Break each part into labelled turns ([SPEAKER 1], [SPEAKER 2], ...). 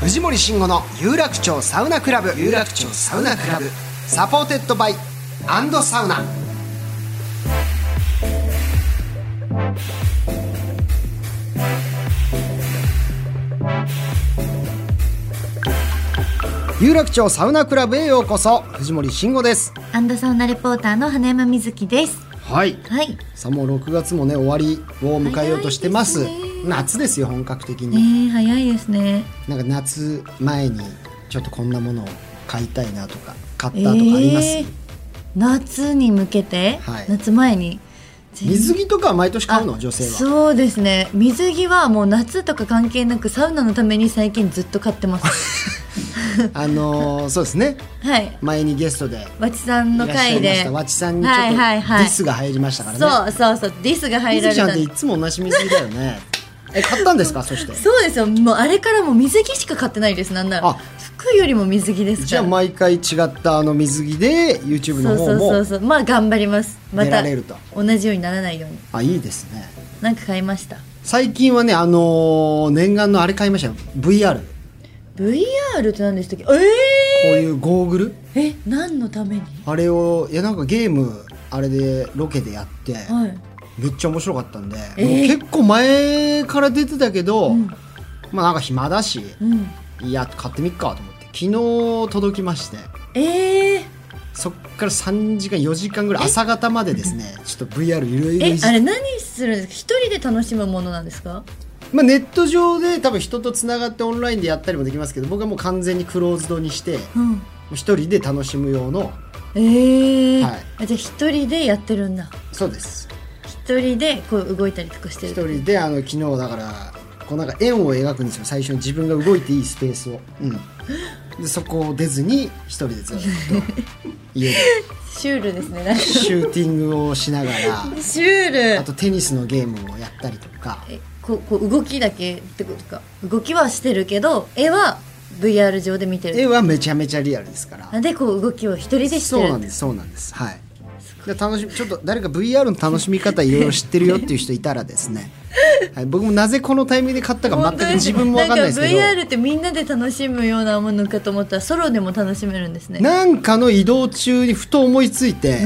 [SPEAKER 1] 藤森慎吾の有楽町サウナクラブ有楽町サウナクラブサポーテッドバイアンドサウナ有楽町サウナクラブへようこそ藤森慎吾です
[SPEAKER 2] アンドサウナレポーターの花山瑞希です。
[SPEAKER 1] はい
[SPEAKER 2] はい。
[SPEAKER 1] さあもう6月もね終わりを迎えようとしてます
[SPEAKER 2] 早いですね
[SPEAKER 1] 夏ですよ本格的に、
[SPEAKER 2] ねえ、早いですね。
[SPEAKER 1] なんか夏前にちょっとこんなものを買いたいなとか買ったとかあります、
[SPEAKER 2] えー夏に向けて、
[SPEAKER 1] はい
[SPEAKER 2] 夏前に。
[SPEAKER 1] 水着とかは毎年買うの女性は
[SPEAKER 2] そうですね。水着はもう夏とか関係なくサウナのために最近ずっと買っ てます。
[SPEAKER 1] あのーそうですね
[SPEAKER 2] はい。
[SPEAKER 1] 前にゲストで
[SPEAKER 2] わちさん
[SPEAKER 1] いら
[SPEAKER 2] の
[SPEAKER 1] っしゃいまし
[SPEAKER 2] 回で
[SPEAKER 1] た。わちさんにちょっとディスが入りましたからね、
[SPEAKER 2] そうそうそう。ディスが入
[SPEAKER 1] 水
[SPEAKER 2] られ
[SPEAKER 1] 着ちゃ
[SPEAKER 2] た
[SPEAKER 1] んっ
[SPEAKER 2] ん
[SPEAKER 1] て
[SPEAKER 2] で
[SPEAKER 1] いつも同じ水着だよねえ買ったんですかそして
[SPEAKER 2] そうですよ。もうあれからもう水着しか買ってないです。なんな
[SPEAKER 1] あ
[SPEAKER 2] ら。服よりも水着ですから。
[SPEAKER 1] じゃあ毎回違ったあの水着で YouTube の方
[SPEAKER 2] そうそうそう
[SPEAKER 1] も
[SPEAKER 2] そう。まあ頑張ります。ま
[SPEAKER 1] 出ら
[SPEAKER 2] た
[SPEAKER 1] れると
[SPEAKER 2] 同じようにならないように。
[SPEAKER 1] あいいですね
[SPEAKER 2] なんか買いました。
[SPEAKER 1] 最近はねあのー念願のあれ買いましたよ VR こ
[SPEAKER 2] VR って何でしたっけ？え
[SPEAKER 1] ういうゴーグル
[SPEAKER 2] ー、え、何のために？
[SPEAKER 1] あれをいやなんかゲームあれでロケでやって、
[SPEAKER 2] はい。
[SPEAKER 1] めっちゃ面白かったんで、
[SPEAKER 2] えー
[SPEAKER 1] もう結構前から出てたけど、まあなんか暇だし、
[SPEAKER 2] うん。
[SPEAKER 1] いや買ってみっかと思って昨日届きまして
[SPEAKER 2] えー、
[SPEAKER 1] そっから3時間4時間ぐらい朝方までですねちょっと VR いろいろい
[SPEAKER 2] え
[SPEAKER 1] じ、
[SPEAKER 2] あれ何するんですか？一人で楽しむものなんですか？
[SPEAKER 1] まあ、ネット上で多分人とつながってオンラインでやったりもできますけど僕はもう完全にクローズドにして
[SPEAKER 2] うん。
[SPEAKER 1] 一人で楽しむ用の
[SPEAKER 2] えー、
[SPEAKER 1] はい
[SPEAKER 2] あじゃあ一人でやってるんだ。
[SPEAKER 1] そうです
[SPEAKER 2] 一人でこう動いたりとかして
[SPEAKER 1] 一
[SPEAKER 2] る。
[SPEAKER 1] 人であの昨日だからこうなんか円を描くんですよ最初に自分が動いていいスペースを、うん、でそこを出ずに一人でず っと家で
[SPEAKER 2] シュールですね。なんか
[SPEAKER 1] シューティングをしながら
[SPEAKER 2] シュー
[SPEAKER 1] あ
[SPEAKER 2] ル。
[SPEAKER 1] とテニスのゲームをやったりとか
[SPEAKER 2] え、こうこう動きだけってことか。動きはしてるけど、絵は VR 上で見てる。
[SPEAKER 1] 絵はめちゃめちゃリアルですから
[SPEAKER 2] なんでこう動きを一人でして
[SPEAKER 1] そう
[SPEAKER 2] る
[SPEAKER 1] なん
[SPEAKER 2] んだ
[SPEAKER 1] ですそうなんですはいで楽しみちょっと誰か VR の楽しみ方いろいろ知ってるよっていう人いたらですね、はい、僕もなぜこのタイミングで買ったか
[SPEAKER 2] 本
[SPEAKER 1] 全
[SPEAKER 2] 当
[SPEAKER 1] く
[SPEAKER 2] です
[SPEAKER 1] 自分も分かんないですけど
[SPEAKER 2] んか VR ってみんなで楽しむようなものかと思ったらソロでも楽しめるんですね
[SPEAKER 1] なんかの移動中にふと思いついて、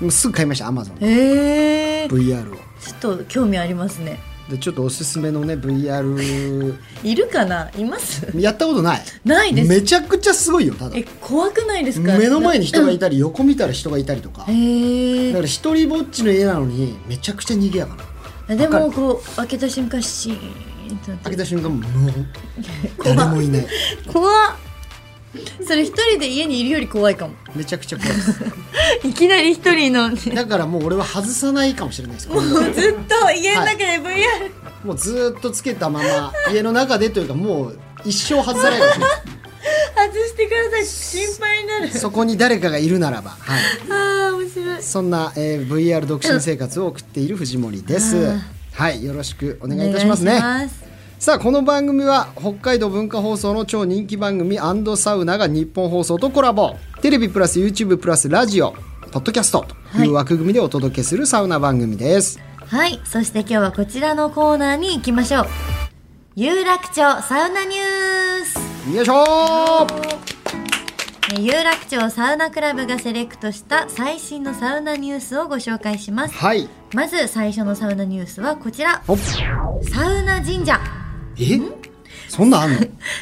[SPEAKER 1] もうすぐ買いました Amazon で
[SPEAKER 2] へえー、
[SPEAKER 1] VR を
[SPEAKER 2] ちょっと興味ありますね
[SPEAKER 1] でちょっとおすすめのね VR
[SPEAKER 2] いるかないます
[SPEAKER 1] やったことない
[SPEAKER 2] ないです
[SPEAKER 1] めちゃくちゃすごいよただ
[SPEAKER 2] え怖くないですか
[SPEAKER 1] 目の前に人がい
[SPEAKER 2] た
[SPEAKER 1] たり横見たら人がいたりとか
[SPEAKER 2] へ
[SPEAKER 1] だ
[SPEAKER 2] え
[SPEAKER 1] から一人ぼっちの家なのにめちゃくちゃ賑やかな
[SPEAKER 2] ー、で
[SPEAKER 1] わか
[SPEAKER 2] も
[SPEAKER 1] る
[SPEAKER 2] こう開けた瞬間シーンとなって
[SPEAKER 1] 開けた瞬間もう無音 誰もいない
[SPEAKER 2] 怖っそれ一人で家にいるより怖いかも
[SPEAKER 1] めちゃくちゃ怖いです
[SPEAKER 2] いきなり一人のも うずっ
[SPEAKER 1] だからもう俺は外さないかもしれないです今後
[SPEAKER 2] と家の中で VR、
[SPEAKER 1] もうずーっとつけたまま家の中でというかもう一生外さないかもしれない
[SPEAKER 2] 外してください心配にな る
[SPEAKER 1] そこに誰かがいるならば、はい、
[SPEAKER 2] ああ面白い
[SPEAKER 1] そんな、えー VR 独身生活を送っている藤森です
[SPEAKER 2] うん
[SPEAKER 1] はいよろしくお
[SPEAKER 2] お
[SPEAKER 1] 願いいたしますね
[SPEAKER 2] 願いします
[SPEAKER 1] さあこの番組は北海道文化放送の超人気番組サウナが日本放送とコラボテレビプラス YouTube プラスラジオポッドキャストという枠組みでお届けするサウナ番組です、
[SPEAKER 2] はい。そして今日はこちらのコーナーに行きましょう。有楽町サウナニュース
[SPEAKER 1] よいしょー
[SPEAKER 2] え有楽町サウナクラブがセレクトした最新のサウナニュースをご紹介します。
[SPEAKER 1] はい
[SPEAKER 2] まず最初のサウナニュースはこちら。
[SPEAKER 1] お
[SPEAKER 2] サウナ神社。
[SPEAKER 1] えそんなんあんの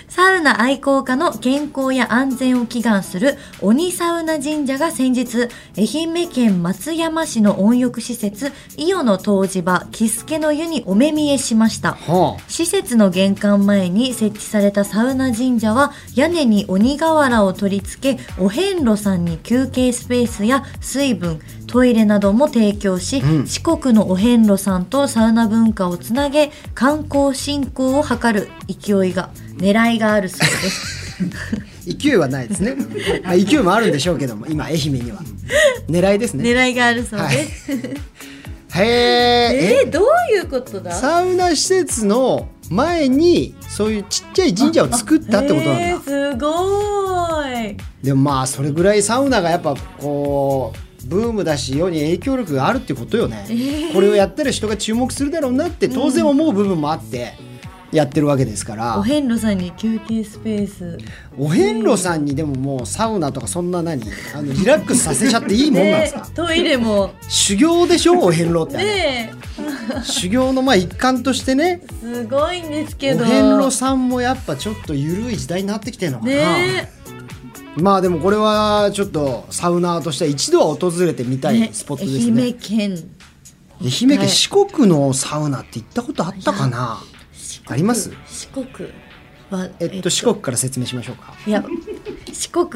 [SPEAKER 2] サウナ愛好家の健康や安全を祈願する鬼サウナ神社が先日、愛媛県松山市の温浴施設、伊予の湯治場、キスケの湯にお目見えしました。
[SPEAKER 1] はあ
[SPEAKER 2] 施設の玄関前に設置されたサウナ神社は屋根に鬼瓦を取り付けお遍路さんに休憩スペースや水分トイレなども提供し、
[SPEAKER 1] うん
[SPEAKER 2] 四国のお遍路さんとサウナ文化をつなげ観光振興を図る勢いが狙いがあるそうです。
[SPEAKER 1] 勢いはないですね、まあ、勢いもあるんでしょうけども今愛媛には狙いですね
[SPEAKER 2] 狙いがあるそうです。
[SPEAKER 1] へえ
[SPEAKER 2] えーどういうことだ？
[SPEAKER 1] サウナ施設の前にそういうちっちゃい神社を作ったってことなんだ
[SPEAKER 2] えーすごーい。
[SPEAKER 1] でもまあそれぐらいサウナがやっぱこうブームだし世に影響力があるってことよね、これをやったら人が注目するだろうなって当然思う部分もあってやってるわけですから、
[SPEAKER 2] お遍路さんに休憩スペース。
[SPEAKER 1] お遍路さんにでももうサウナとかそんな何あのリラックスさせちゃっていいもんなんですか、
[SPEAKER 2] ねトイレも。
[SPEAKER 1] 修行でしょお遍路ってあれ、
[SPEAKER 2] ね
[SPEAKER 1] 修行のまあ一環としてね
[SPEAKER 2] え、すごいんですけ
[SPEAKER 1] お
[SPEAKER 2] ど。
[SPEAKER 1] 遍路さんもやっぱちょっと緩い時代になってきてるのかな、
[SPEAKER 2] ね
[SPEAKER 1] まあでもこれはちょっとサウナーとしては一度は訪れてみ
[SPEAKER 2] え、
[SPEAKER 1] たいスポットですね
[SPEAKER 2] 愛媛県。
[SPEAKER 1] 愛媛
[SPEAKER 2] は
[SPEAKER 1] 県
[SPEAKER 2] い
[SPEAKER 1] 四国のサウナって行ったことあったかな
[SPEAKER 2] 四国
[SPEAKER 1] あります
[SPEAKER 2] 四国は、
[SPEAKER 1] えっと四国から説明しましょうか
[SPEAKER 2] いや、四国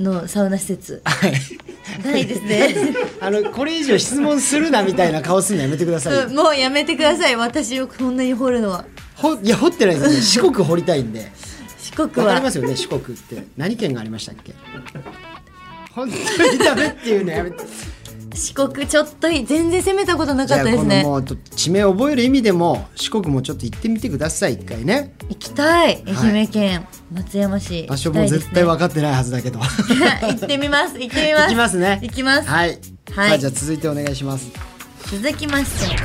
[SPEAKER 2] のサウナ施設。ないですね。
[SPEAKER 1] あのこれ以上質問するなみたいな顔するのやめてくださいよ
[SPEAKER 2] うんもうやめてください。私をこんなに掘るのは。
[SPEAKER 1] ほいや掘ってないですよね 四国掘りたいんで
[SPEAKER 2] 四国
[SPEAKER 1] わかりま
[SPEAKER 2] は。
[SPEAKER 1] すよね四国って何県がありましたっけ本当にダメっていうのやめて
[SPEAKER 2] 四国ちょっとい全然攻めたことな
[SPEAKER 1] じ
[SPEAKER 2] か
[SPEAKER 1] ゃ
[SPEAKER 2] っ
[SPEAKER 1] あ
[SPEAKER 2] たで
[SPEAKER 1] こ
[SPEAKER 2] す
[SPEAKER 1] の
[SPEAKER 2] ね。
[SPEAKER 1] もうちょっと地名を覚える意味でも四国もちょっと行ってみてください一回ね
[SPEAKER 2] 行きたい。
[SPEAKER 1] はい
[SPEAKER 2] 愛媛県松山市。
[SPEAKER 1] 場所も絶対分かってないはずだけど
[SPEAKER 2] 行き たいですね行ってみます。 行ってみます。
[SPEAKER 1] 行きますね
[SPEAKER 2] 行きます。
[SPEAKER 1] はい、
[SPEAKER 2] はい
[SPEAKER 1] まあじゃあ続いてお願いします
[SPEAKER 2] 続きまして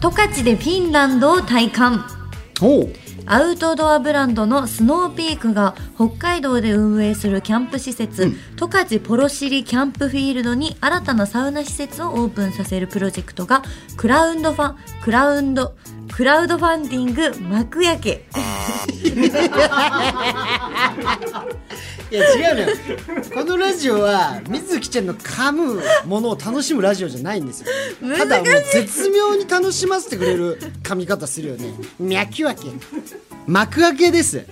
[SPEAKER 2] 十勝でフィンランドを体感
[SPEAKER 1] おう
[SPEAKER 2] アウトドアブランドのスノーピークが北海道で運営するキャンプ施設、十勝ポロシリキャンプフィールドに新たなサウナ施設をオープンさせるプロジェクトがクラウンドファンクラウンドクラウドファンディング幕開け
[SPEAKER 1] いや違うのよこのラジオは水木ちゃんの噛むものを楽しむラジオじゃないんですよただもう絶妙に楽しませてくれる噛み方するよね脈開け幕開けです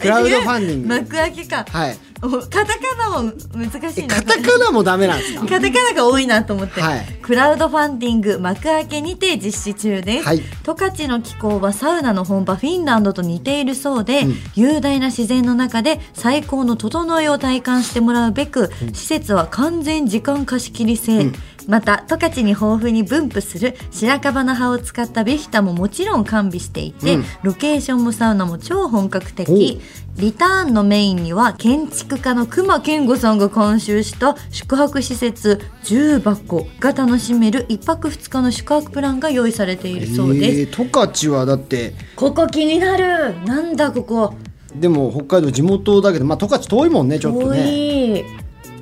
[SPEAKER 1] クラウドファンディング
[SPEAKER 2] 幕開けか、
[SPEAKER 1] はい
[SPEAKER 2] おカタカナも難しい
[SPEAKER 1] え
[SPEAKER 2] な
[SPEAKER 1] カタカナもダメなんですか
[SPEAKER 2] カタカナが多いなと思って、
[SPEAKER 1] はい
[SPEAKER 2] クラウドファンディング幕開けにて実施中です、
[SPEAKER 1] はい
[SPEAKER 2] 十勝の気候はサウナの本場フィンランドと似ているそうで、雄大な自然の中で最高の整いを体感してもらうべく、施設は完全時間貸し切り制、また十勝に豊富に分布する白樺の葉を使ったベヒタももちろん完備していて、
[SPEAKER 1] うん
[SPEAKER 2] ロケーションもサウナも超本格
[SPEAKER 1] お
[SPEAKER 2] 的リターンのメインには建築家の隈研吾さんが監修した宿泊施設10箱が楽しめる1泊2日の宿泊プランが用意されているそうです、
[SPEAKER 1] えー十勝はだって
[SPEAKER 2] ここ気になるなんだここ
[SPEAKER 1] でも北海道地元だけどまあ十勝遠いもんねちょっと
[SPEAKER 2] 遠
[SPEAKER 1] ね
[SPEAKER 2] い、
[SPEAKER 1] え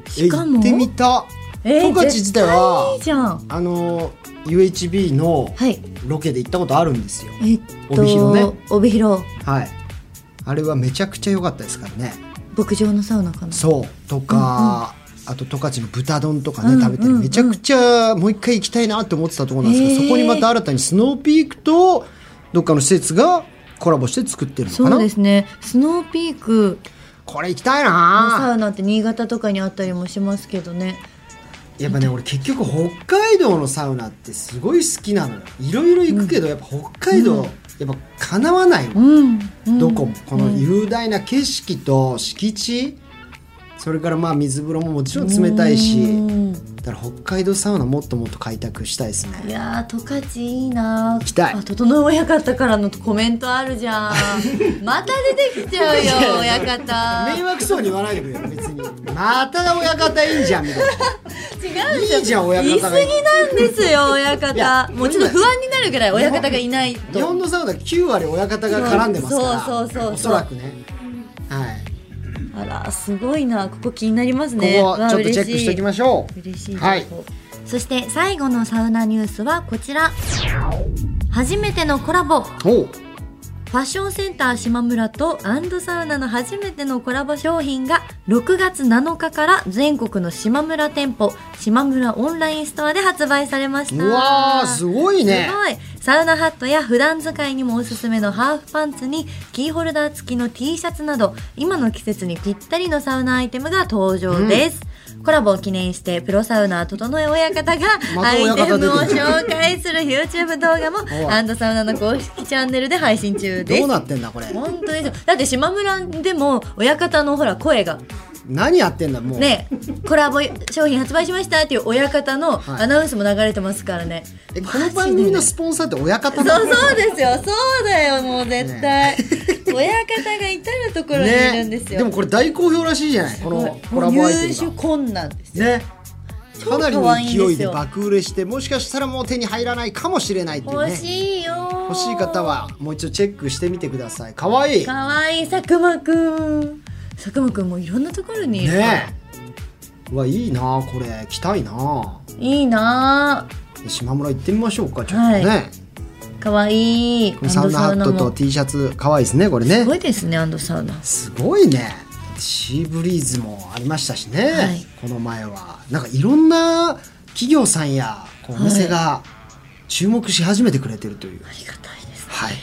[SPEAKER 2] しかも
[SPEAKER 1] 行ってみた
[SPEAKER 2] えー
[SPEAKER 1] 十勝自体
[SPEAKER 2] い
[SPEAKER 1] はい
[SPEAKER 2] じゃん
[SPEAKER 1] あの UHB の
[SPEAKER 2] はい
[SPEAKER 1] ロケで行ったことあるんですよ
[SPEAKER 2] えっと
[SPEAKER 1] 帯広ね
[SPEAKER 2] 帯広
[SPEAKER 1] はい。あれはめちゃくちゃ良かったですからね。
[SPEAKER 2] 牧場のサウナかな
[SPEAKER 1] そうとか、あと十勝の豚丼とかね、
[SPEAKER 2] うん
[SPEAKER 1] 食べて
[SPEAKER 2] うん
[SPEAKER 1] る
[SPEAKER 2] うん
[SPEAKER 1] めちゃくちゃもう一回行きたいなって思ってたところなんですけど、
[SPEAKER 2] へー
[SPEAKER 1] そこにまた新たにスノーピークとどっかの施設がコラボして作ってるのか
[SPEAKER 2] そう
[SPEAKER 1] な
[SPEAKER 2] で。すねスノーピーク
[SPEAKER 1] これ行きたい
[SPEAKER 2] のサ
[SPEAKER 1] な。
[SPEAKER 2] ウナって新潟とかにあったりもしますけどね
[SPEAKER 1] やっぱね俺結局北海道のサウナってすごい好きなのよ。いろいろ行くけど、やっぱ北海道、やっぱ叶わないもん
[SPEAKER 2] うん、うん、
[SPEAKER 1] どこもこの雄大な景色と敷地、それからまあ水風呂ももちろん冷たいし
[SPEAKER 2] うん
[SPEAKER 1] だから北海道サウナもっともっと開拓したいです
[SPEAKER 2] い
[SPEAKER 1] ね
[SPEAKER 2] やー、十勝いいなー。
[SPEAKER 1] 行きたい
[SPEAKER 2] あ、整う親方からのコメントある じゃん。また出てきちゃうよ、親
[SPEAKER 1] 迷
[SPEAKER 2] 方。
[SPEAKER 1] 惑そうに言わないでくれよ別に また親方いいじゃんみたいな
[SPEAKER 2] 違う
[SPEAKER 1] いいじゃん親
[SPEAKER 2] 言い過
[SPEAKER 1] 方が
[SPEAKER 2] ぎなんですよ、親
[SPEAKER 1] いや
[SPEAKER 2] 方。もうちょっと不安になるぐらい、親方がいない
[SPEAKER 1] 日
[SPEAKER 2] と。
[SPEAKER 1] 本のサウナ9割親方が絡んでますから
[SPEAKER 2] そうそうそうそう
[SPEAKER 1] おそらくねはい
[SPEAKER 2] あら、すごいな、ここ気になりますね。
[SPEAKER 1] ここちょっとチェックしておきま
[SPEAKER 2] し
[SPEAKER 1] しょう
[SPEAKER 2] 嬉しい情報。
[SPEAKER 1] はい
[SPEAKER 2] そして最後のサウナニュースはこちら。初めてのコラ
[SPEAKER 1] お
[SPEAKER 2] ボ
[SPEAKER 1] う
[SPEAKER 2] ファッションセンター島村とアンドサウナの初めてのコラボ商品が6月7日から全国の島村店舗島村オンラインストアで発売されました
[SPEAKER 1] うわーすごいね
[SPEAKER 2] すごいサウナハットや普段使いにもおすすめのハーフパンツにキーホルダー付きの T シャツなど今の季節にぴったりのサウナアイテムが登場です、コラボを記念してプロサウナー整え親方が
[SPEAKER 1] ま
[SPEAKER 2] ア
[SPEAKER 1] た
[SPEAKER 2] イ
[SPEAKER 1] 親
[SPEAKER 2] テ
[SPEAKER 1] 方
[SPEAKER 2] ムを
[SPEAKER 1] 出てる
[SPEAKER 2] 紹介する YouTube 動画も
[SPEAKER 1] おい
[SPEAKER 2] アンドサウナの公式チャンネルで配信中です
[SPEAKER 1] どうなってんだこれ
[SPEAKER 2] 本当ですよだって島村でも親方のほら声が
[SPEAKER 1] 何やってんだもう、
[SPEAKER 2] ねコラボ商品発売しましたっていう親方の
[SPEAKER 1] はい
[SPEAKER 2] アナウンスも流れてますからね、
[SPEAKER 1] えこの番組
[SPEAKER 2] マジでね
[SPEAKER 1] のスポンサーって親方な
[SPEAKER 2] そ
[SPEAKER 1] の
[SPEAKER 2] うそうですよそうだよもう絶対、親方が至るところにいるんですよ、
[SPEAKER 1] でもこれ大好評らしいじゃないこのコラボアイ
[SPEAKER 2] 入
[SPEAKER 1] テ
[SPEAKER 2] 手
[SPEAKER 1] ム
[SPEAKER 2] 困難ですよ
[SPEAKER 1] がね
[SPEAKER 2] 超
[SPEAKER 1] かなり
[SPEAKER 2] 可愛
[SPEAKER 1] の
[SPEAKER 2] いん
[SPEAKER 1] 勢
[SPEAKER 2] で
[SPEAKER 1] い
[SPEAKER 2] す
[SPEAKER 1] で
[SPEAKER 2] よ
[SPEAKER 1] 爆売れしてもしかしたらもう手に入らないかもしれないっていう
[SPEAKER 2] 欲
[SPEAKER 1] ね
[SPEAKER 2] しいよ
[SPEAKER 1] 欲しい方はもう一度チェックしてみてくださいかわいい
[SPEAKER 2] かわいい佐久間くん佐久間くんもいろんなところにいる、
[SPEAKER 1] ねえうわいいなこれ着たいない
[SPEAKER 2] いな
[SPEAKER 1] 島村行ってみましょうかちょっとね、
[SPEAKER 2] はかわいい
[SPEAKER 1] このサウナハットと T シャツかわいいですねこれね
[SPEAKER 2] すごいですねアンドサウナ
[SPEAKER 1] すごいねシーブリーズもありましたしね、
[SPEAKER 2] はい
[SPEAKER 1] この前はなんかいろんな企業さんやこうお店が注目し始めてくれてるという
[SPEAKER 2] ありがたいですあ
[SPEAKER 1] はい、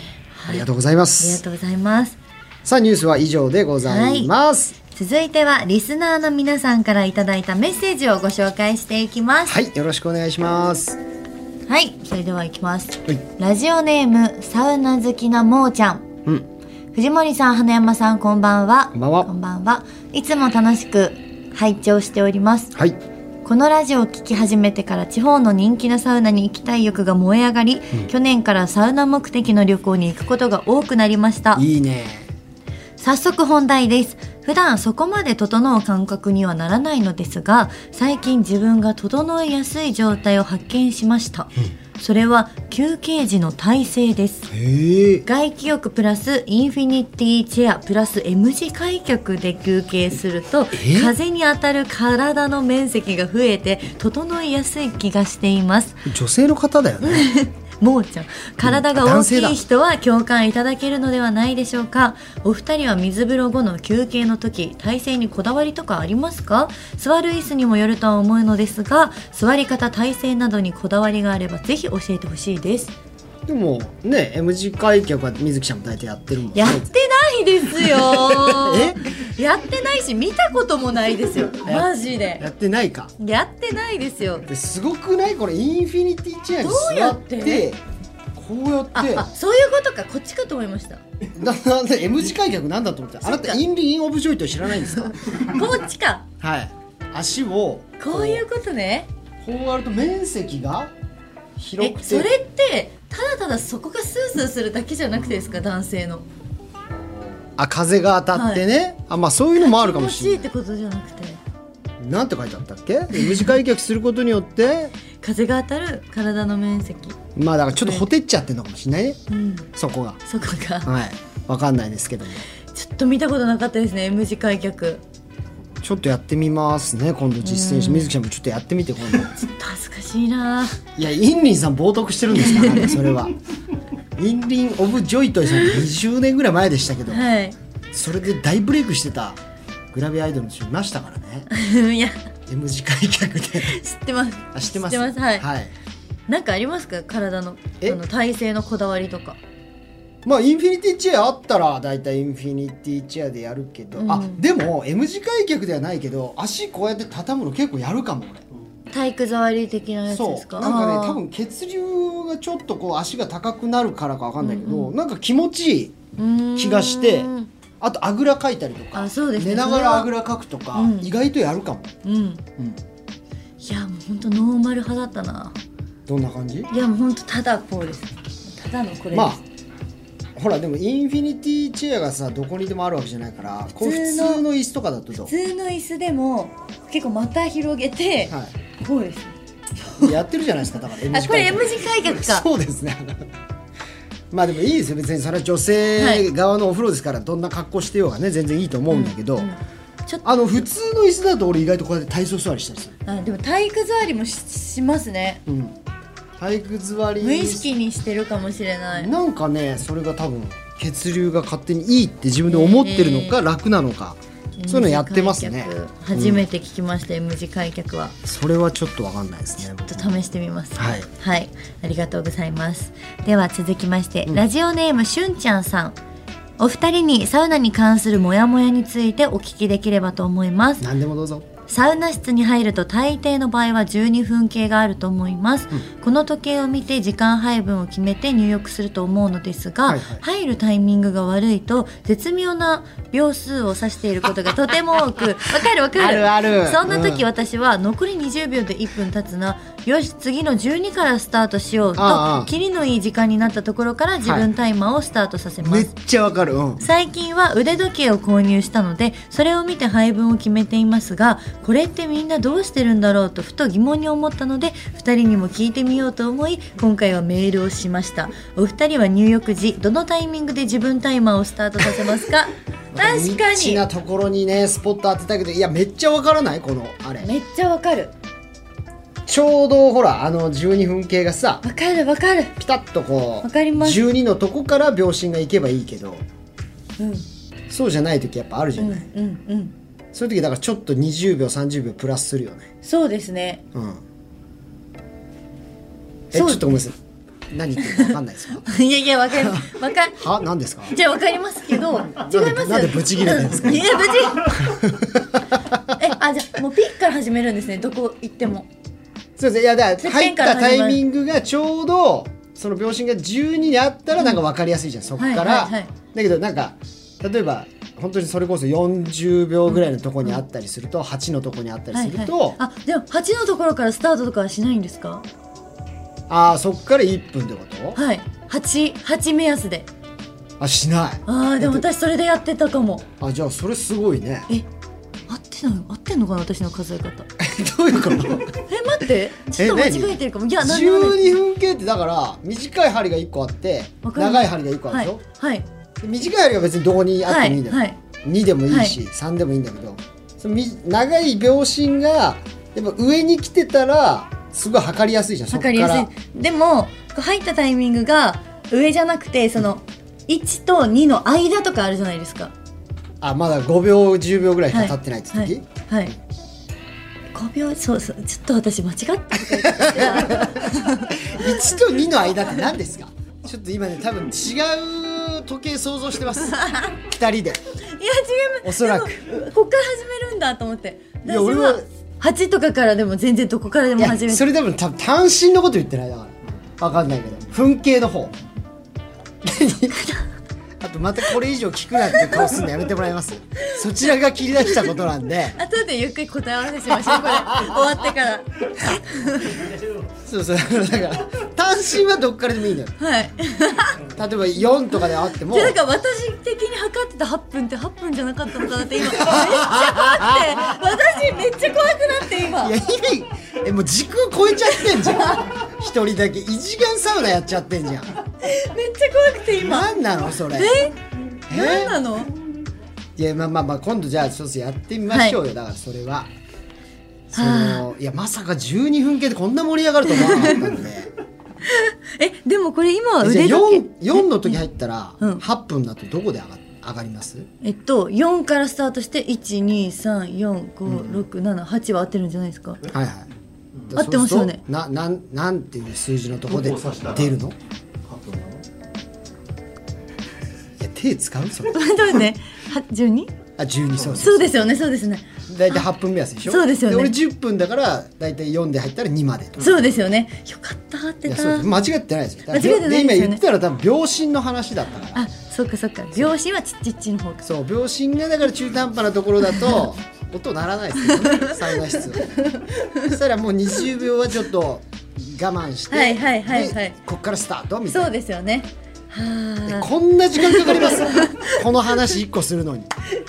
[SPEAKER 1] ありがとうございま
[SPEAKER 2] りが
[SPEAKER 1] す
[SPEAKER 2] とうございます
[SPEAKER 1] さあニュースは以上でございます
[SPEAKER 2] 続いてはリスナーの皆さんからいただいたメッセージをご紹介していきます
[SPEAKER 1] はい、よろしくお願いします
[SPEAKER 2] はい、それではいきます。
[SPEAKER 1] はい
[SPEAKER 2] ラジオネーム、サウナ好きなもーちゃん。
[SPEAKER 1] うん
[SPEAKER 2] 藤森さん、花山さん、こんばんは。
[SPEAKER 1] こんばんは
[SPEAKER 2] いつも楽しく拝聴しております。
[SPEAKER 1] はい
[SPEAKER 2] このラジオを聞き始めてから地方の人気のサウナに行きたい欲が燃え上がり、去年からサウナ目的の旅行に行くことが多くなりました。
[SPEAKER 1] いいね
[SPEAKER 2] 早速本題です普段そこまで整う感覚にはならないのですが最近自分が整いやすい状態を発見しました、それは休憩時の体勢です
[SPEAKER 1] へえ
[SPEAKER 2] 外気浴プラスインフィニティチェアプラス M 字開脚で休憩すると
[SPEAKER 1] え
[SPEAKER 2] 風に当たる体の面積が増えて整いやすい気がしています
[SPEAKER 1] 女性の方だよね
[SPEAKER 2] もうちゃん体が大
[SPEAKER 1] 男
[SPEAKER 2] き
[SPEAKER 1] 性だ
[SPEAKER 2] い人は共感いただけるのではないでしょうかお二人は水風呂後の休憩の時体勢にこだわりとかありますか座る椅子にもよるとは思うのですが座り方体勢などにこだわりがあればぜひ教えてほしいです
[SPEAKER 1] でもね M 字開脚は水木ちゃんも大体やってるもんね
[SPEAKER 2] やってないですよやってないし見たこともないですよマジで
[SPEAKER 1] やってないか
[SPEAKER 2] やってないですよ
[SPEAKER 1] ですごくないこれインフィニティチェアに
[SPEAKER 2] どう
[SPEAKER 1] 座
[SPEAKER 2] や
[SPEAKER 1] っ
[SPEAKER 2] って
[SPEAKER 1] てこうや
[SPEAKER 2] あ
[SPEAKER 1] って
[SPEAKER 2] あそういうことかこっちかと思いました
[SPEAKER 1] ななんで M 字開脚なんだと思ってあなたインリン・オブ・ジョイト知らないんです か
[SPEAKER 2] こっちか
[SPEAKER 1] はい足を
[SPEAKER 2] こういうことね
[SPEAKER 1] こうやると面積が広
[SPEAKER 2] え
[SPEAKER 1] くて
[SPEAKER 2] それってただただそこがスースーするだけじゃなくてですか男性の
[SPEAKER 1] あ風が当たってね、あまあそういうのもあるかもしれ
[SPEAKER 2] 気持ちいいっ
[SPEAKER 1] な
[SPEAKER 2] てことじゃなく
[SPEAKER 1] い
[SPEAKER 2] て
[SPEAKER 1] なんて書いてあったっけ M 字開脚することによ って
[SPEAKER 2] 風が当たる体の面積
[SPEAKER 1] まあだからちょっとほてっちゃってるのかもしれないね
[SPEAKER 2] うん
[SPEAKER 1] そこが
[SPEAKER 2] そこが
[SPEAKER 1] はいわかんないですけども
[SPEAKER 2] ちょっと見たことなかったですね M 字開脚
[SPEAKER 1] ちょっとやってみますね今度実践して水木ちゃんもちょっとやってみて今度
[SPEAKER 2] ちょっと恥ずかしいない
[SPEAKER 1] や、インリンさん冒涜してるんですから、ね、 それは。インリン・オブ・ジョイトイさんって20年ぐらい前でしたけど、
[SPEAKER 2] はい
[SPEAKER 1] それで大ブレイクしてたグラビアアイドルの人いましたからね。
[SPEAKER 2] いや
[SPEAKER 1] M 字開脚で。
[SPEAKER 2] 知ってます
[SPEAKER 1] あ、知ってます
[SPEAKER 2] 知ってますはい
[SPEAKER 1] はい。
[SPEAKER 2] なんかありますか体の
[SPEAKER 1] え
[SPEAKER 2] あの体勢のこだわりとか
[SPEAKER 1] まあ、インフィニティチェアあったら、だいたいインフィニティチェアでやるけど、
[SPEAKER 2] うん
[SPEAKER 1] あ、でも、M 字開脚ではないけど、足こうやって畳むの結構やるかも、俺。
[SPEAKER 2] 体育座り的なやつ
[SPEAKER 1] そ
[SPEAKER 2] です
[SPEAKER 1] う
[SPEAKER 2] か
[SPEAKER 1] なんかね
[SPEAKER 2] あー
[SPEAKER 1] 多分血流がちょっとこう足が高くなるからかわかんないけど、
[SPEAKER 2] うん
[SPEAKER 1] なんか気持ちいいう
[SPEAKER 2] ーん
[SPEAKER 1] 気がしてあとあぐらかいたりとか
[SPEAKER 2] あそうですね
[SPEAKER 1] 寝ながらあぐらかくとか、
[SPEAKER 2] うん
[SPEAKER 1] 意外とやるかも、
[SPEAKER 2] うん
[SPEAKER 1] うん
[SPEAKER 2] いやもう本当ノーマル派だったな
[SPEAKER 1] どんな感じ
[SPEAKER 2] いやもうほんとただこうですただのこれです、
[SPEAKER 1] まあほらでもインフィニティチェアがさどこにでもあるわけじゃないからこう普
[SPEAKER 2] 普通の
[SPEAKER 1] 通の椅子とかだとどう
[SPEAKER 2] 普通の椅子でも結構股広げて、
[SPEAKER 1] は
[SPEAKER 2] こうですね
[SPEAKER 1] い、やってるじゃないですかだから
[SPEAKER 2] あ
[SPEAKER 1] M 字
[SPEAKER 2] これ
[SPEAKER 1] 開
[SPEAKER 2] M
[SPEAKER 1] 脚
[SPEAKER 2] 字開脚か
[SPEAKER 1] そうですね まあでもいいですよ別にそれは女性側のお風呂ですからどんな格好してようがね全然いいと思うんだけど、
[SPEAKER 2] うんちょっと
[SPEAKER 1] あの普通の椅子だと俺意外とこうやって体操座りしたりする、
[SPEAKER 2] あでも体育座りもししますね
[SPEAKER 1] うん、体育座り
[SPEAKER 2] 無意識にしてるかもしれない
[SPEAKER 1] なんかねそれが多分血流が勝手にいいって自分で思ってるのか楽なのか、そういうのやってますね
[SPEAKER 2] M 字開脚初めて聞きました、M 字開脚は
[SPEAKER 1] それはちょっとわかんないですね
[SPEAKER 2] ちょっと試してみます、
[SPEAKER 1] はい
[SPEAKER 2] ありがとうございますでは続きまして、ラジオネームしゅんちゃんさんお二人にサウナに関するモヤモヤについてお聞きできればと思います
[SPEAKER 1] 何でもどうぞ
[SPEAKER 2] サウナ室に入ると大抵の場合は12分計があると思います、この時計を見て時間配分を決めて入浴すると思うのですが、
[SPEAKER 1] はいはい
[SPEAKER 2] 入るタイミングが悪いと絶妙な秒数を指していることがとても多く わかるわかる
[SPEAKER 1] あるある
[SPEAKER 2] そんな時
[SPEAKER 1] うん
[SPEAKER 2] 私は残り20秒で1分経つなよし次の12からスタートしようと
[SPEAKER 1] ああああ
[SPEAKER 2] キリのいい時間になったところから自分タイマーをスタートさせます、
[SPEAKER 1] めっちゃわかるうん
[SPEAKER 2] 最近は腕時計を購入したのでそれを見て配分を決めていますがこれってみんなどうしてるんだろうとふと疑問に思ったので2人にも聞いてみようと思い今回はメールをしましたお二人は入浴時どのタイミングで自分タイマーをスタートさせますか確か
[SPEAKER 1] ニッチ
[SPEAKER 2] に
[SPEAKER 1] なところにねスポット当てたけどいやめっちゃわからないこのあれ
[SPEAKER 2] めっちゃわかる
[SPEAKER 1] ちょうどほらあの12分計がさ
[SPEAKER 2] わかるわかる
[SPEAKER 1] ピタッとこう
[SPEAKER 2] わかります
[SPEAKER 1] 12のとこから秒針がいけばいいけど
[SPEAKER 2] うん
[SPEAKER 1] そうじゃない時やっぱあるじゃ
[SPEAKER 2] うん
[SPEAKER 1] ない、
[SPEAKER 2] うんうん
[SPEAKER 1] そういう時だからちょっと20秒30秒プラスするよね
[SPEAKER 2] そうですね
[SPEAKER 1] うんえち
[SPEAKER 2] そ
[SPEAKER 1] ょ
[SPEAKER 2] う
[SPEAKER 1] っとごめんなさい何言ってるか分かんないです か
[SPEAKER 2] いやいやわかるわかる
[SPEAKER 1] は何ですか
[SPEAKER 2] じゃあわかりますけど違います
[SPEAKER 1] でなんでブチ切れたんですか
[SPEAKER 2] いやブチ えあじゃあもうピッから始めるんですねどこ行っても
[SPEAKER 1] そうですねいやだか
[SPEAKER 2] て
[SPEAKER 1] ら
[SPEAKER 2] っぺ
[SPEAKER 1] 入
[SPEAKER 2] ん
[SPEAKER 1] っ
[SPEAKER 2] から
[SPEAKER 1] た
[SPEAKER 2] 始ま
[SPEAKER 1] タ
[SPEAKER 2] る
[SPEAKER 1] イミングがちょうどその秒針が12にあったらなんか分かりやすいじゃん、そこから、
[SPEAKER 2] はいはいはい
[SPEAKER 1] だけどなんか例えば本当にそれこそ40秒ぐらいのとこにあったりすると、8のとこにあったり
[SPEAKER 2] はい
[SPEAKER 1] す
[SPEAKER 2] は
[SPEAKER 1] る
[SPEAKER 2] い
[SPEAKER 1] と、
[SPEAKER 2] あでも八のところからスタートとかはしないんですか
[SPEAKER 1] ああそっから1分ってこと
[SPEAKER 2] はい八八目安で
[SPEAKER 1] あしない
[SPEAKER 2] あーでも私それでやってたかも
[SPEAKER 1] あじゃあそれすごいね
[SPEAKER 2] え合ってない合ってんのかな私の数え方
[SPEAKER 1] どういう こと
[SPEAKER 2] え待ってちょっと間
[SPEAKER 1] え何
[SPEAKER 2] 違えてるかもいや何でもない
[SPEAKER 1] 12分計ってだから短い針が1個あって
[SPEAKER 2] わかります
[SPEAKER 1] 長い針が1個あるで
[SPEAKER 2] は
[SPEAKER 1] しょ、
[SPEAKER 2] いはい
[SPEAKER 1] で短い針は別にどこにあっ
[SPEAKER 2] は
[SPEAKER 1] てもいいん
[SPEAKER 2] い
[SPEAKER 1] だよ、
[SPEAKER 2] はい
[SPEAKER 1] 2でもいいし、3でもいいんだけどそのみ長い秒針がやっぱ上に来てたらすごい測りやすいじゃんそ
[SPEAKER 2] わ
[SPEAKER 1] っか
[SPEAKER 2] かりや
[SPEAKER 1] ら
[SPEAKER 2] すいでもこう入ったタイミングが上じゃなくてその1と2の間とかあるじゃないですか
[SPEAKER 1] あまだ5秒10秒ぐらいしか
[SPEAKER 2] はい
[SPEAKER 1] 経ってないって時、
[SPEAKER 2] はいはい5秒そうそうちょっと私間違った
[SPEAKER 1] 1と2の間って何ですかちょっと今ね多分違う時計想像してます 二人で
[SPEAKER 2] いや違います
[SPEAKER 1] おそらく
[SPEAKER 2] でもこっから始めるんだと思って
[SPEAKER 1] い
[SPEAKER 2] 私
[SPEAKER 1] や俺は
[SPEAKER 2] は8とかからでも全然どこからで
[SPEAKER 1] い
[SPEAKER 2] も
[SPEAKER 1] や
[SPEAKER 2] 始め
[SPEAKER 1] そ
[SPEAKER 2] て
[SPEAKER 1] れ多分多分単身のこと言ってないだからわかんないけど噴景の方 何あとまたこれ以上聞くなって顔すんのやめてもらいますそちらが切り出したことなんで
[SPEAKER 2] 後でゆっくり答え合わせしましょう これ終わってから
[SPEAKER 1] そうそうだから単身はどっからでもいいのよ
[SPEAKER 2] はい
[SPEAKER 1] 例えば4とかであっても
[SPEAKER 2] でなんか私的に測ってた8分って8分じゃなかったのか なって今めっちゃ怖くて私めっちゃ怖くなって今
[SPEAKER 1] いや意味えもう時空超えちゃってんじゃん一人だけ異次元サウナやっちゃってんじゃん
[SPEAKER 2] めっちゃ怖くて今
[SPEAKER 1] 何なのそれ
[SPEAKER 2] え
[SPEAKER 1] え
[SPEAKER 2] 何なの
[SPEAKER 1] いやまあまあまあ今度じゃあちょっとやってみましょうよ、だからそれはそのいやまさか12分計でこんな盛り上がると思わなかったんで
[SPEAKER 2] えでもこれ今は
[SPEAKER 1] えじゃあ
[SPEAKER 2] 腕時計
[SPEAKER 1] 4, 4の時入ったら
[SPEAKER 2] うん
[SPEAKER 1] 8分だとどこで上が上がります
[SPEAKER 2] えっと4からスタートして1234567は合ってるんじゃないですか
[SPEAKER 1] はいはい
[SPEAKER 2] 合ってます
[SPEAKER 1] そうする
[SPEAKER 2] よね
[SPEAKER 1] とななんなんていう数字のところで出るのいや手使うそれ
[SPEAKER 2] どう ね 12?
[SPEAKER 1] あ12そうそう
[SPEAKER 2] そうですよねそうですね
[SPEAKER 1] 大体8分目安でしょ
[SPEAKER 2] そうですよね
[SPEAKER 1] 俺10分だから大体4で入ったら2までと
[SPEAKER 2] そうですよねよかった合って
[SPEAKER 1] いや
[SPEAKER 2] た
[SPEAKER 1] そうです間違ってないですよだから
[SPEAKER 2] 間違ってないですよね
[SPEAKER 1] で今言ってたら多分秒針の話だったから
[SPEAKER 2] あそっかそっか秒針はちっちっちの方か
[SPEAKER 1] そう秒針がだから中途半端なところだ と音鳴らないですよねサウナ室はそしたらもう20秒はちょっと我慢して
[SPEAKER 2] はいはいはいはい
[SPEAKER 1] でこっからスタートみたい
[SPEAKER 2] そ
[SPEAKER 1] な
[SPEAKER 2] うですよねはあ
[SPEAKER 1] こんな時間かかりますこの話1個するのに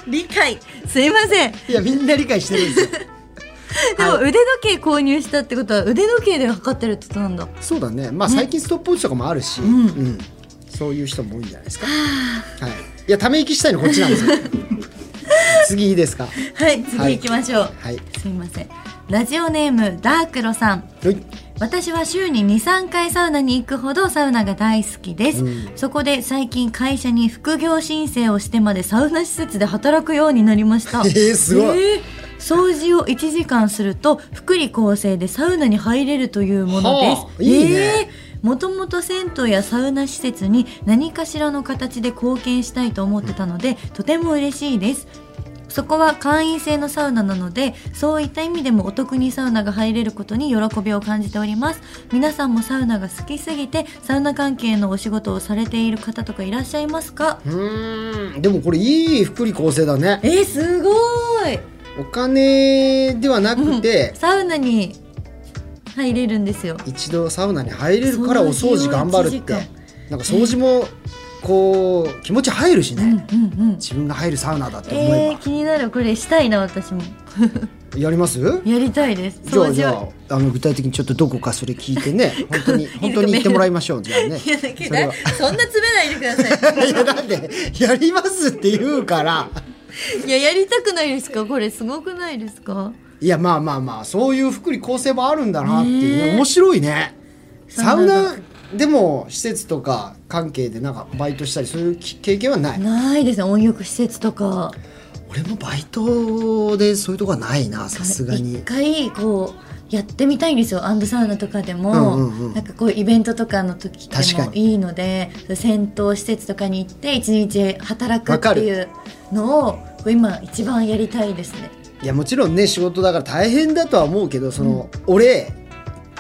[SPEAKER 2] 理解すいません
[SPEAKER 1] いやみんな理解してるんですよ
[SPEAKER 2] でも腕時計購入したってことは腕時計で測ってるってことなんだ
[SPEAKER 1] そうだねまあ最近ストップウォッチとかもあるし、うんそういう人も多いんじゃないですかはいいやため息したいのこっちなん ですよ次いいですか
[SPEAKER 2] はい次行きましょう、
[SPEAKER 1] はい
[SPEAKER 2] すいませんラジオネームダークロさん
[SPEAKER 1] はい
[SPEAKER 2] 私は週に23回サウナに行くほどサウナが大好きです、そこで最近会社に副業申請をしてまでサウナ施設で働くようになりました
[SPEAKER 1] えーすごい
[SPEAKER 2] えー掃除を1時間すると福利厚生でサウナに入れるというものです
[SPEAKER 1] は。あいいね
[SPEAKER 2] もともと銭湯やサウナ施設に何かしらの形で貢献したいと思ってたので、とても嬉しいです。そこは会員制のサウナなのでそういった意味でもお得にサウナが入れることに喜びを感じております皆さんもサウナが好きすぎてサウナ関係のお仕事をされている方とかいらっしゃいますか
[SPEAKER 1] うーんでもこれいい福利厚生だね
[SPEAKER 2] えー、すごーい
[SPEAKER 1] お金ではなくて、
[SPEAKER 2] サウナに入れるんですよ
[SPEAKER 1] 一度サウナに入れるからお掃除頑張るって
[SPEAKER 2] 掃除を一時
[SPEAKER 1] なんか掃除もこう気持ち入るしね、
[SPEAKER 2] うんうん
[SPEAKER 1] 自分が入るサウナだって思
[SPEAKER 2] え
[SPEAKER 1] え
[SPEAKER 2] ー、気になるこれしたいな私も
[SPEAKER 1] ば、やります
[SPEAKER 2] やりたいです
[SPEAKER 1] じゃあ
[SPEAKER 2] 掃
[SPEAKER 1] じ
[SPEAKER 2] 除
[SPEAKER 1] ゃ
[SPEAKER 2] は
[SPEAKER 1] ああの具体的にちょっとどこかそれ聞いてね本当に本当に言ってもらいましょうじゃあね
[SPEAKER 2] いやだけ
[SPEAKER 1] それは
[SPEAKER 2] どそんな詰めないでくださ
[SPEAKER 1] いやだってやりますって言うから
[SPEAKER 2] いいややりたくないですかこれすごくないですか
[SPEAKER 1] いやまあまあまあそういう福利厚生もあるんだなっていうね、
[SPEAKER 2] ねえ
[SPEAKER 1] 面白いねサ
[SPEAKER 2] サ
[SPEAKER 1] ウ
[SPEAKER 2] ウナ
[SPEAKER 1] ナでも施設とか関係でなんかバイトしたりそういうき経験はない
[SPEAKER 2] ないですね温浴施設とか
[SPEAKER 1] 俺もバイトでそういうとこはないなさすが
[SPEAKER 2] 一
[SPEAKER 1] に
[SPEAKER 2] 回こうやってみたいんですよアンドサウナとかでも、
[SPEAKER 1] うんうんうん
[SPEAKER 2] なんかこうイベントとかの時で
[SPEAKER 1] 確か
[SPEAKER 2] も
[SPEAKER 1] に
[SPEAKER 2] いいので銭湯施設とかに行って一日働くっていうのをこう今一番やりたいですね
[SPEAKER 1] いやもちろんね仕事だから大変だとは思うけどその、俺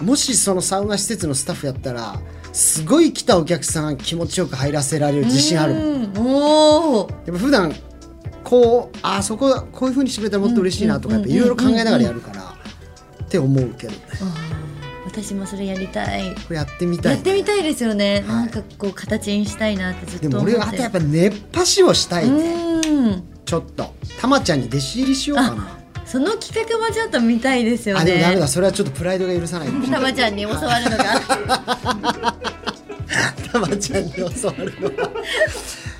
[SPEAKER 1] もしそのサウナ施設のスタッフやったらすごい来たお客さん気持ちよく入らせられる自信あるもん
[SPEAKER 2] うんおー
[SPEAKER 1] やっぱ普段こうあそこはこういうふうにしてくれたらもっと嬉しいなとか
[SPEAKER 2] う
[SPEAKER 1] やっぱ
[SPEAKER 2] んうんうん
[SPEAKER 1] いろいろ考えながらやるからって思うけどね
[SPEAKER 2] あー私もそれやりたい
[SPEAKER 1] これやってみた
[SPEAKER 2] や
[SPEAKER 1] い
[SPEAKER 2] ってみたいですよね、
[SPEAKER 1] い
[SPEAKER 2] なんかこう形にしたいなってずっ
[SPEAKER 1] で
[SPEAKER 2] と
[SPEAKER 1] も
[SPEAKER 2] 思って
[SPEAKER 1] 俺はあとやっぱ熱波師をしたい、
[SPEAKER 2] う
[SPEAKER 1] ね
[SPEAKER 2] ーん
[SPEAKER 1] ちょっとたまちゃんに弟子入りしようかな
[SPEAKER 2] その企画もちょっと見たいですよ
[SPEAKER 1] あ
[SPEAKER 2] ね
[SPEAKER 1] でもダメだそれはちょっとプライドが許さないかもしれ
[SPEAKER 2] た
[SPEAKER 1] ない
[SPEAKER 2] まちゃんに教わるのが
[SPEAKER 1] たまちゃんに教わるのは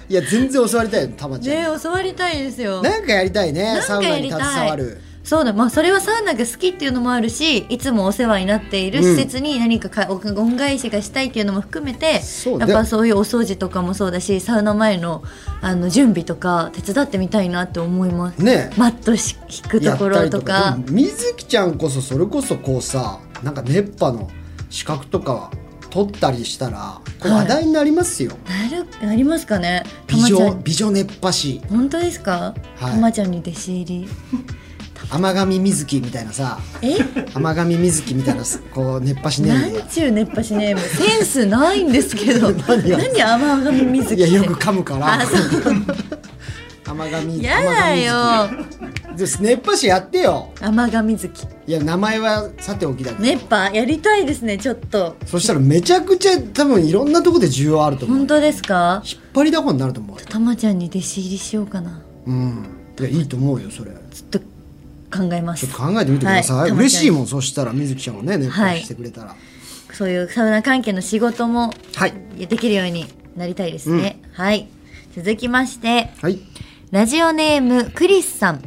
[SPEAKER 1] いや全然教わりたいよたまちゃんに、
[SPEAKER 2] ね教わりたいですよ
[SPEAKER 1] なんかやりたいね
[SPEAKER 2] なん
[SPEAKER 1] サウ
[SPEAKER 2] か
[SPEAKER 1] ナ
[SPEAKER 2] や
[SPEAKER 1] に
[SPEAKER 2] り
[SPEAKER 1] 携
[SPEAKER 2] たい
[SPEAKER 1] わる
[SPEAKER 2] そうだまあそれはサウナが好きっていうのもあるしいつもお世話になっている施設に何かか、お恩返しがしたいっていうのも含めて
[SPEAKER 1] そう
[SPEAKER 2] や
[SPEAKER 1] ね
[SPEAKER 2] っぱそういうお掃除とかもそうだしサウナ前のあの準備とか手伝ってみたいなって思います、
[SPEAKER 1] ね
[SPEAKER 2] マットし引くところと
[SPEAKER 1] やったり
[SPEAKER 2] か
[SPEAKER 1] とかでも水木ちゃんこそそれこそこうさなんか熱波の資格とか取ったりしたらこれ
[SPEAKER 2] はい
[SPEAKER 1] 話題になりますよ、
[SPEAKER 2] なるなりますかねた
[SPEAKER 1] 美
[SPEAKER 2] まちゃ
[SPEAKER 1] 女
[SPEAKER 2] ん
[SPEAKER 1] 美女熱波師
[SPEAKER 2] 本当ですか、
[SPEAKER 1] はい
[SPEAKER 2] たまちゃんに弟子入り
[SPEAKER 1] 天神水木みたいな さ
[SPEAKER 2] え
[SPEAKER 1] 天神水木みたいなさこう熱波師ネーム
[SPEAKER 2] なんちゅう熱波しねえもセンスないんですけど
[SPEAKER 1] 何が
[SPEAKER 2] 何甘神みず
[SPEAKER 1] いや
[SPEAKER 2] き
[SPEAKER 1] よく噛むから
[SPEAKER 2] あそう
[SPEAKER 1] 天神
[SPEAKER 2] やだよ
[SPEAKER 1] 天神水木熱波師やってよ
[SPEAKER 2] 甘神月
[SPEAKER 1] いや名前はさておきだけど、
[SPEAKER 2] 熱波やりたいですねちょっと
[SPEAKER 1] そしたらめちゃくちゃ多分いろんなとこで需要あると思う
[SPEAKER 2] 本当ですか
[SPEAKER 1] 引っ張りだこになると思うよ
[SPEAKER 2] たまちゃんに弟子入りしようかな
[SPEAKER 1] うんいやいいと思うよそれ
[SPEAKER 2] ちょっと考えま
[SPEAKER 1] ち
[SPEAKER 2] す
[SPEAKER 1] ょっと考えてみてください、
[SPEAKER 2] はい
[SPEAKER 1] 嬉しいもんそしたら水木ちゃんがね熱
[SPEAKER 2] は
[SPEAKER 1] 波
[SPEAKER 2] い
[SPEAKER 1] してくれたらはい、
[SPEAKER 2] そういうサウナ関係の仕事も
[SPEAKER 1] はい
[SPEAKER 2] できるようになりたいですね、はい続きましてラジオネームクリスさん。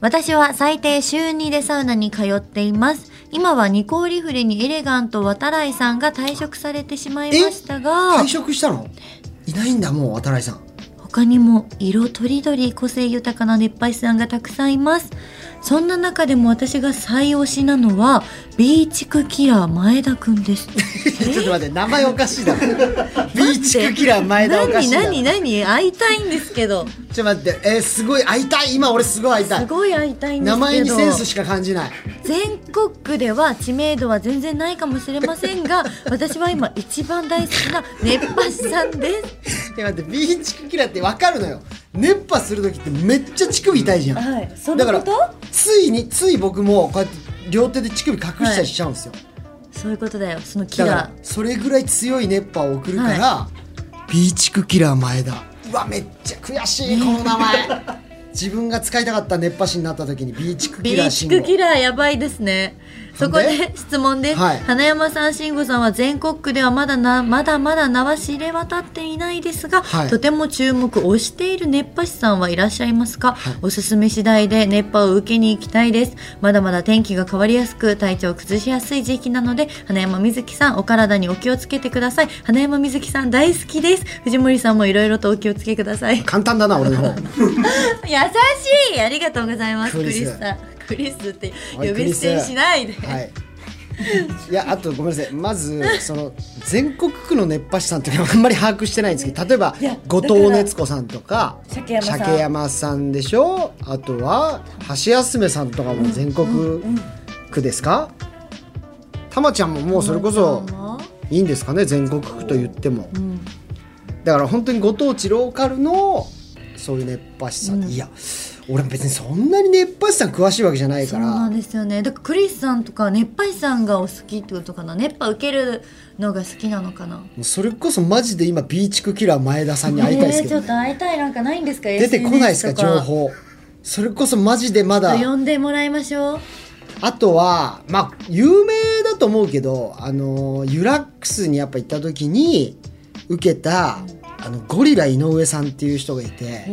[SPEAKER 2] 私は最低週2でサウナに通っています。今はニコーリフレにエレガント渡来さんが退職されてしまいましたが
[SPEAKER 1] 退、職したのいないんだもう渡来さん
[SPEAKER 2] 他にも色とりどり個性豊かな熱波師さんがたくさんいます。そんな中でも私が最推しなのは、ビーチクキラー前田くんです。
[SPEAKER 1] ちょっと待って名前おかし いだろビーチクキラー 前田おかし
[SPEAKER 2] 何
[SPEAKER 1] いだろ
[SPEAKER 2] 何何 会いたいんですけど。
[SPEAKER 1] ちょっと待ってえー、すごい会いたい今俺すごい会いたい
[SPEAKER 2] すごい会いたいんです
[SPEAKER 1] 名
[SPEAKER 2] けど。
[SPEAKER 1] 前にセンスしか感じない
[SPEAKER 2] 全国区では知名度は全然ないかもしれません が私は今一番大好きな熱波師さんです。
[SPEAKER 1] え待ってビーチクキラーってわかるのよ熱波する時ってめっちゃ乳首痛いじゃん、
[SPEAKER 2] はいそ
[SPEAKER 1] だ
[SPEAKER 2] の
[SPEAKER 1] か
[SPEAKER 2] こ
[SPEAKER 1] ら
[SPEAKER 2] と
[SPEAKER 1] ついについ僕もこうやって両手で乳首隠したりしちゃうんですよ、
[SPEAKER 2] そういうことだよそのキ
[SPEAKER 1] だか
[SPEAKER 2] ラ
[SPEAKER 1] らそれぐらい強い熱波を送るから、ビーチクキラー前田うわめっちゃ悔しいこの名前 自分が使いたかった熱波師になった時にビーチク
[SPEAKER 2] ー
[SPEAKER 1] キ
[SPEAKER 2] ビ
[SPEAKER 1] ラー
[SPEAKER 2] ー
[SPEAKER 1] 信
[SPEAKER 2] チ
[SPEAKER 1] 号
[SPEAKER 2] クキラーやばいですねそこ
[SPEAKER 1] なん
[SPEAKER 2] で質問です、
[SPEAKER 1] はい
[SPEAKER 2] 花山さん慎吾さんは全国区ではまだなまだまだ名は知れ渡っていないですが、
[SPEAKER 1] はい
[SPEAKER 2] とても注目をしている熱波師さんはいらっしゃいますか、おすすめ次第で熱波を受けに行きたいですまだまだ天気が変わりやすく体調を崩しやすい時期なので花山瑞希さんお体にお気をつけてください花山瑞希さん大好きです藤森さんもいろいろとお気をつけください優
[SPEAKER 1] 簡単だな俺の方
[SPEAKER 2] しいありがとうございます
[SPEAKER 1] ク
[SPEAKER 2] ク
[SPEAKER 1] リ
[SPEAKER 2] リ
[SPEAKER 1] ス
[SPEAKER 2] スさんクリスって
[SPEAKER 1] お
[SPEAKER 2] 呼
[SPEAKER 1] い
[SPEAKER 2] び捨てにしないで、
[SPEAKER 1] はいいやあとごめんなさいまずその全国区の熱波師さんっていうのはあんまり把握してないんですけど例えば
[SPEAKER 2] いや
[SPEAKER 1] 後藤熱子さんとか
[SPEAKER 2] 鮭山さん
[SPEAKER 1] 鮭山さんでしょあとは橋休めさんとかも全国区ですか、たまちゃんももうそれこそいいんですかね全国区と言っても、だから本当にご当地ローカルのそういう熱波師さん、いや俺別にそんなに熱波師さん詳しいわけじゃない
[SPEAKER 2] そ
[SPEAKER 1] か
[SPEAKER 2] うな
[SPEAKER 1] ら
[SPEAKER 2] んですよねだからクリスさんとか熱波師さんがお好きってことかな熱波受けるのが好きなのかな
[SPEAKER 1] もうそれこそマジで今ビーチクキラー前田さんに会いたいですけ
[SPEAKER 2] え
[SPEAKER 1] ど、
[SPEAKER 2] ーちょっと会いたいなんかないんですか
[SPEAKER 1] 出てこないですか
[SPEAKER 2] SNS と
[SPEAKER 1] 情報それこそマジでまだ
[SPEAKER 2] 呼んでもらいましょう
[SPEAKER 1] あとはまあ有名だと思うけどあのユラックスにやっぱ行った時に受けたあのゴリラ井上さんっていう人がいて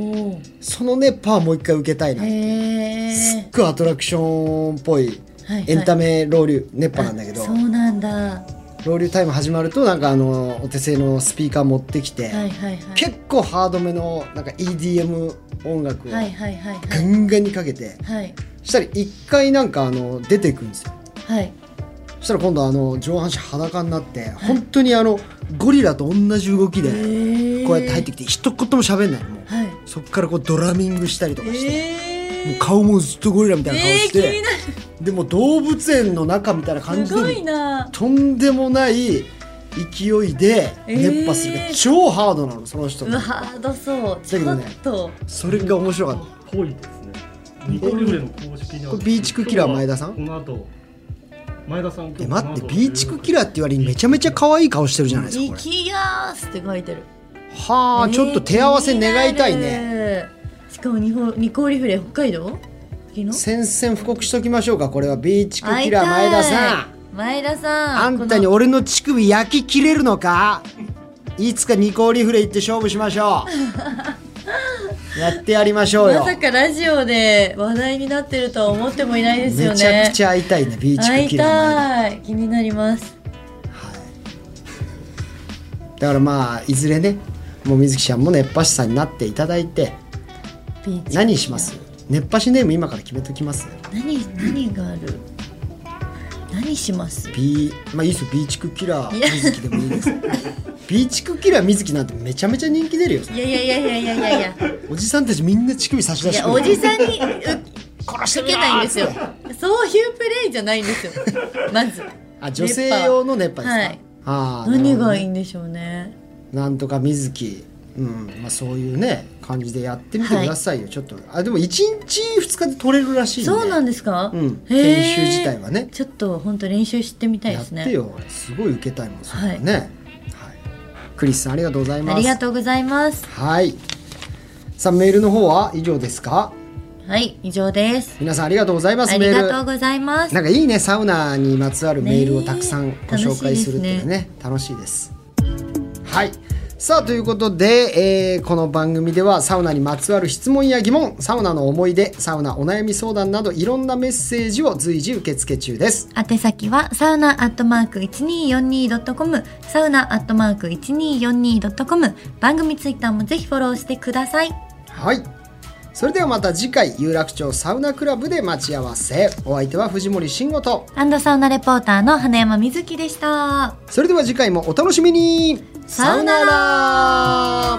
[SPEAKER 1] そのねパワーもう一回受けたいな
[SPEAKER 2] へ
[SPEAKER 1] すっ
[SPEAKER 2] え
[SPEAKER 1] ごいアトラクションっぽい
[SPEAKER 2] はいはい
[SPEAKER 1] エンタメロウリュ熱波なんだけど、
[SPEAKER 2] そうなんだは
[SPEAKER 1] ロウリュタイム始まるとなんかあのお手製のスピーカー持ってきて、
[SPEAKER 2] いはいはい
[SPEAKER 1] 結構ハードめのなんか EDM 音楽を
[SPEAKER 2] はいはいはいは
[SPEAKER 1] ガ
[SPEAKER 2] い
[SPEAKER 1] ンガンにかけて
[SPEAKER 2] はい
[SPEAKER 1] したら一回なんかあの出ていくんですよ
[SPEAKER 2] はい
[SPEAKER 1] そしたら今度あの上半身裸になって本当にあのゴリラと同じ動きで
[SPEAKER 2] へえ
[SPEAKER 1] こうやって入ってきて一言も喋んないのもう
[SPEAKER 2] はい
[SPEAKER 1] そっからこうドラミングしたりとかして
[SPEAKER 2] え
[SPEAKER 1] もう顔もずっとゴリラみたいな顔
[SPEAKER 2] えー、
[SPEAKER 1] し
[SPEAKER 2] 気に
[SPEAKER 1] て
[SPEAKER 2] な
[SPEAKER 1] でも動物園の中みたいな感
[SPEAKER 2] る
[SPEAKER 1] じ
[SPEAKER 2] すごい
[SPEAKER 1] で
[SPEAKER 2] な
[SPEAKER 1] とんでもない勢いで熱波するから
[SPEAKER 2] えー
[SPEAKER 1] 超ハードなのその人
[SPEAKER 2] うわハードそうち
[SPEAKER 1] け
[SPEAKER 2] ょ
[SPEAKER 1] ど
[SPEAKER 2] っ
[SPEAKER 1] ね
[SPEAKER 2] と
[SPEAKER 1] それが面白かった
[SPEAKER 3] ぽいですね。ニコルーレの公式にある
[SPEAKER 1] これビーチクキラー前田さん
[SPEAKER 3] この後前田さん今日
[SPEAKER 1] え待って
[SPEAKER 3] この後
[SPEAKER 1] ビーチクキラーって言われにめちゃめちゃ可愛い顔してるじゃないですかこ
[SPEAKER 2] 生
[SPEAKER 1] れ
[SPEAKER 2] きやーすって書いてる
[SPEAKER 1] はあ、ちょっと手合わせ願いたいね
[SPEAKER 2] ねしかも日本ニコーリフレ北海道昨日
[SPEAKER 1] 宣戦布告しときましょうかこれはビーチクキラー前田さん
[SPEAKER 2] ん前田さん
[SPEAKER 1] あんたに
[SPEAKER 2] こ
[SPEAKER 1] 俺の乳首焼き切れるのかいつかニコーリフレ行って勝負しましょ うやってやりましょう
[SPEAKER 2] の
[SPEAKER 1] よ、
[SPEAKER 2] まさかラジオで話題になってるとは思ってもいないですよね
[SPEAKER 1] めちゃくち
[SPEAKER 2] ゃ
[SPEAKER 1] ゃ会いたいねビーチ
[SPEAKER 2] 会
[SPEAKER 1] クキ
[SPEAKER 2] い
[SPEAKER 1] ラー前田
[SPEAKER 2] たい気になります
[SPEAKER 1] だからまあいずれねもう水木ちゃんも熱波師さんになっていただいて
[SPEAKER 2] ビーチ
[SPEAKER 1] 何します熱波師ネーム今から決めときます
[SPEAKER 2] 何何がある何します
[SPEAKER 1] ビーまあいいですよビーチクキラー
[SPEAKER 2] いや
[SPEAKER 1] 水木でもいいですビーチクキラー水木なんてめちゃめちゃ人気出るよ
[SPEAKER 2] いやいやいやいやいやいやいや
[SPEAKER 1] おじさんたちみんな乳首差し出
[SPEAKER 2] い
[SPEAKER 1] して
[SPEAKER 2] や
[SPEAKER 1] く
[SPEAKER 2] お
[SPEAKER 1] る
[SPEAKER 2] じさんにう
[SPEAKER 1] 殺してみ
[SPEAKER 2] 受
[SPEAKER 1] ろー
[SPEAKER 2] けないんですよ
[SPEAKER 1] つって
[SPEAKER 2] そういうプレイじゃないんですよまず
[SPEAKER 1] あ女性用の熱波ですか、
[SPEAKER 2] はい
[SPEAKER 1] あーな
[SPEAKER 2] 何がいい
[SPEAKER 1] るほどね
[SPEAKER 2] んでしょうね
[SPEAKER 1] なんとか水木うんまあ、そういうね感じでやってみてくださいよ、ちょっとあでも1日2日で取れるらしいんで
[SPEAKER 2] そうなん
[SPEAKER 1] で
[SPEAKER 2] ですか、
[SPEAKER 1] うん
[SPEAKER 2] へー
[SPEAKER 1] 研修自体はね
[SPEAKER 2] ちょっと本当練習してみたい
[SPEAKER 1] や
[SPEAKER 2] で
[SPEAKER 1] っ
[SPEAKER 2] すね
[SPEAKER 1] てよすごい受けたいもんそれはね、はいクリスさんありがとうございます
[SPEAKER 2] ありがとうございます
[SPEAKER 1] はいさあメールの方は以上ですか
[SPEAKER 2] はい以上です
[SPEAKER 1] 皆さんありがとうございます
[SPEAKER 2] あ
[SPEAKER 1] メ
[SPEAKER 2] り
[SPEAKER 1] ー
[SPEAKER 2] が
[SPEAKER 1] ル
[SPEAKER 2] とうございます
[SPEAKER 1] なんかいいねサウナにまつわるメールをたくさん
[SPEAKER 2] ね
[SPEAKER 1] ご紹介するっていうのはね楽しいですはいさあということで、えーこの番組ではサウナにまつわる質問や疑問サウナの思い出サウナお悩み相談などいろんなメッセージを随時受付中です
[SPEAKER 2] 宛先はサウナアットマーク 1242.com サウナアットマーク 1242.com 番組ツイッターもぜひフォローしてください
[SPEAKER 1] はいそれではまた次回有楽町サウナクラブで待ち合わせお相手は藤森慎吾と
[SPEAKER 2] アンドサウナレポーターの花山瑞希でした
[SPEAKER 1] それでは次回もお楽しみに
[SPEAKER 2] さよなら
[SPEAKER 1] さよなら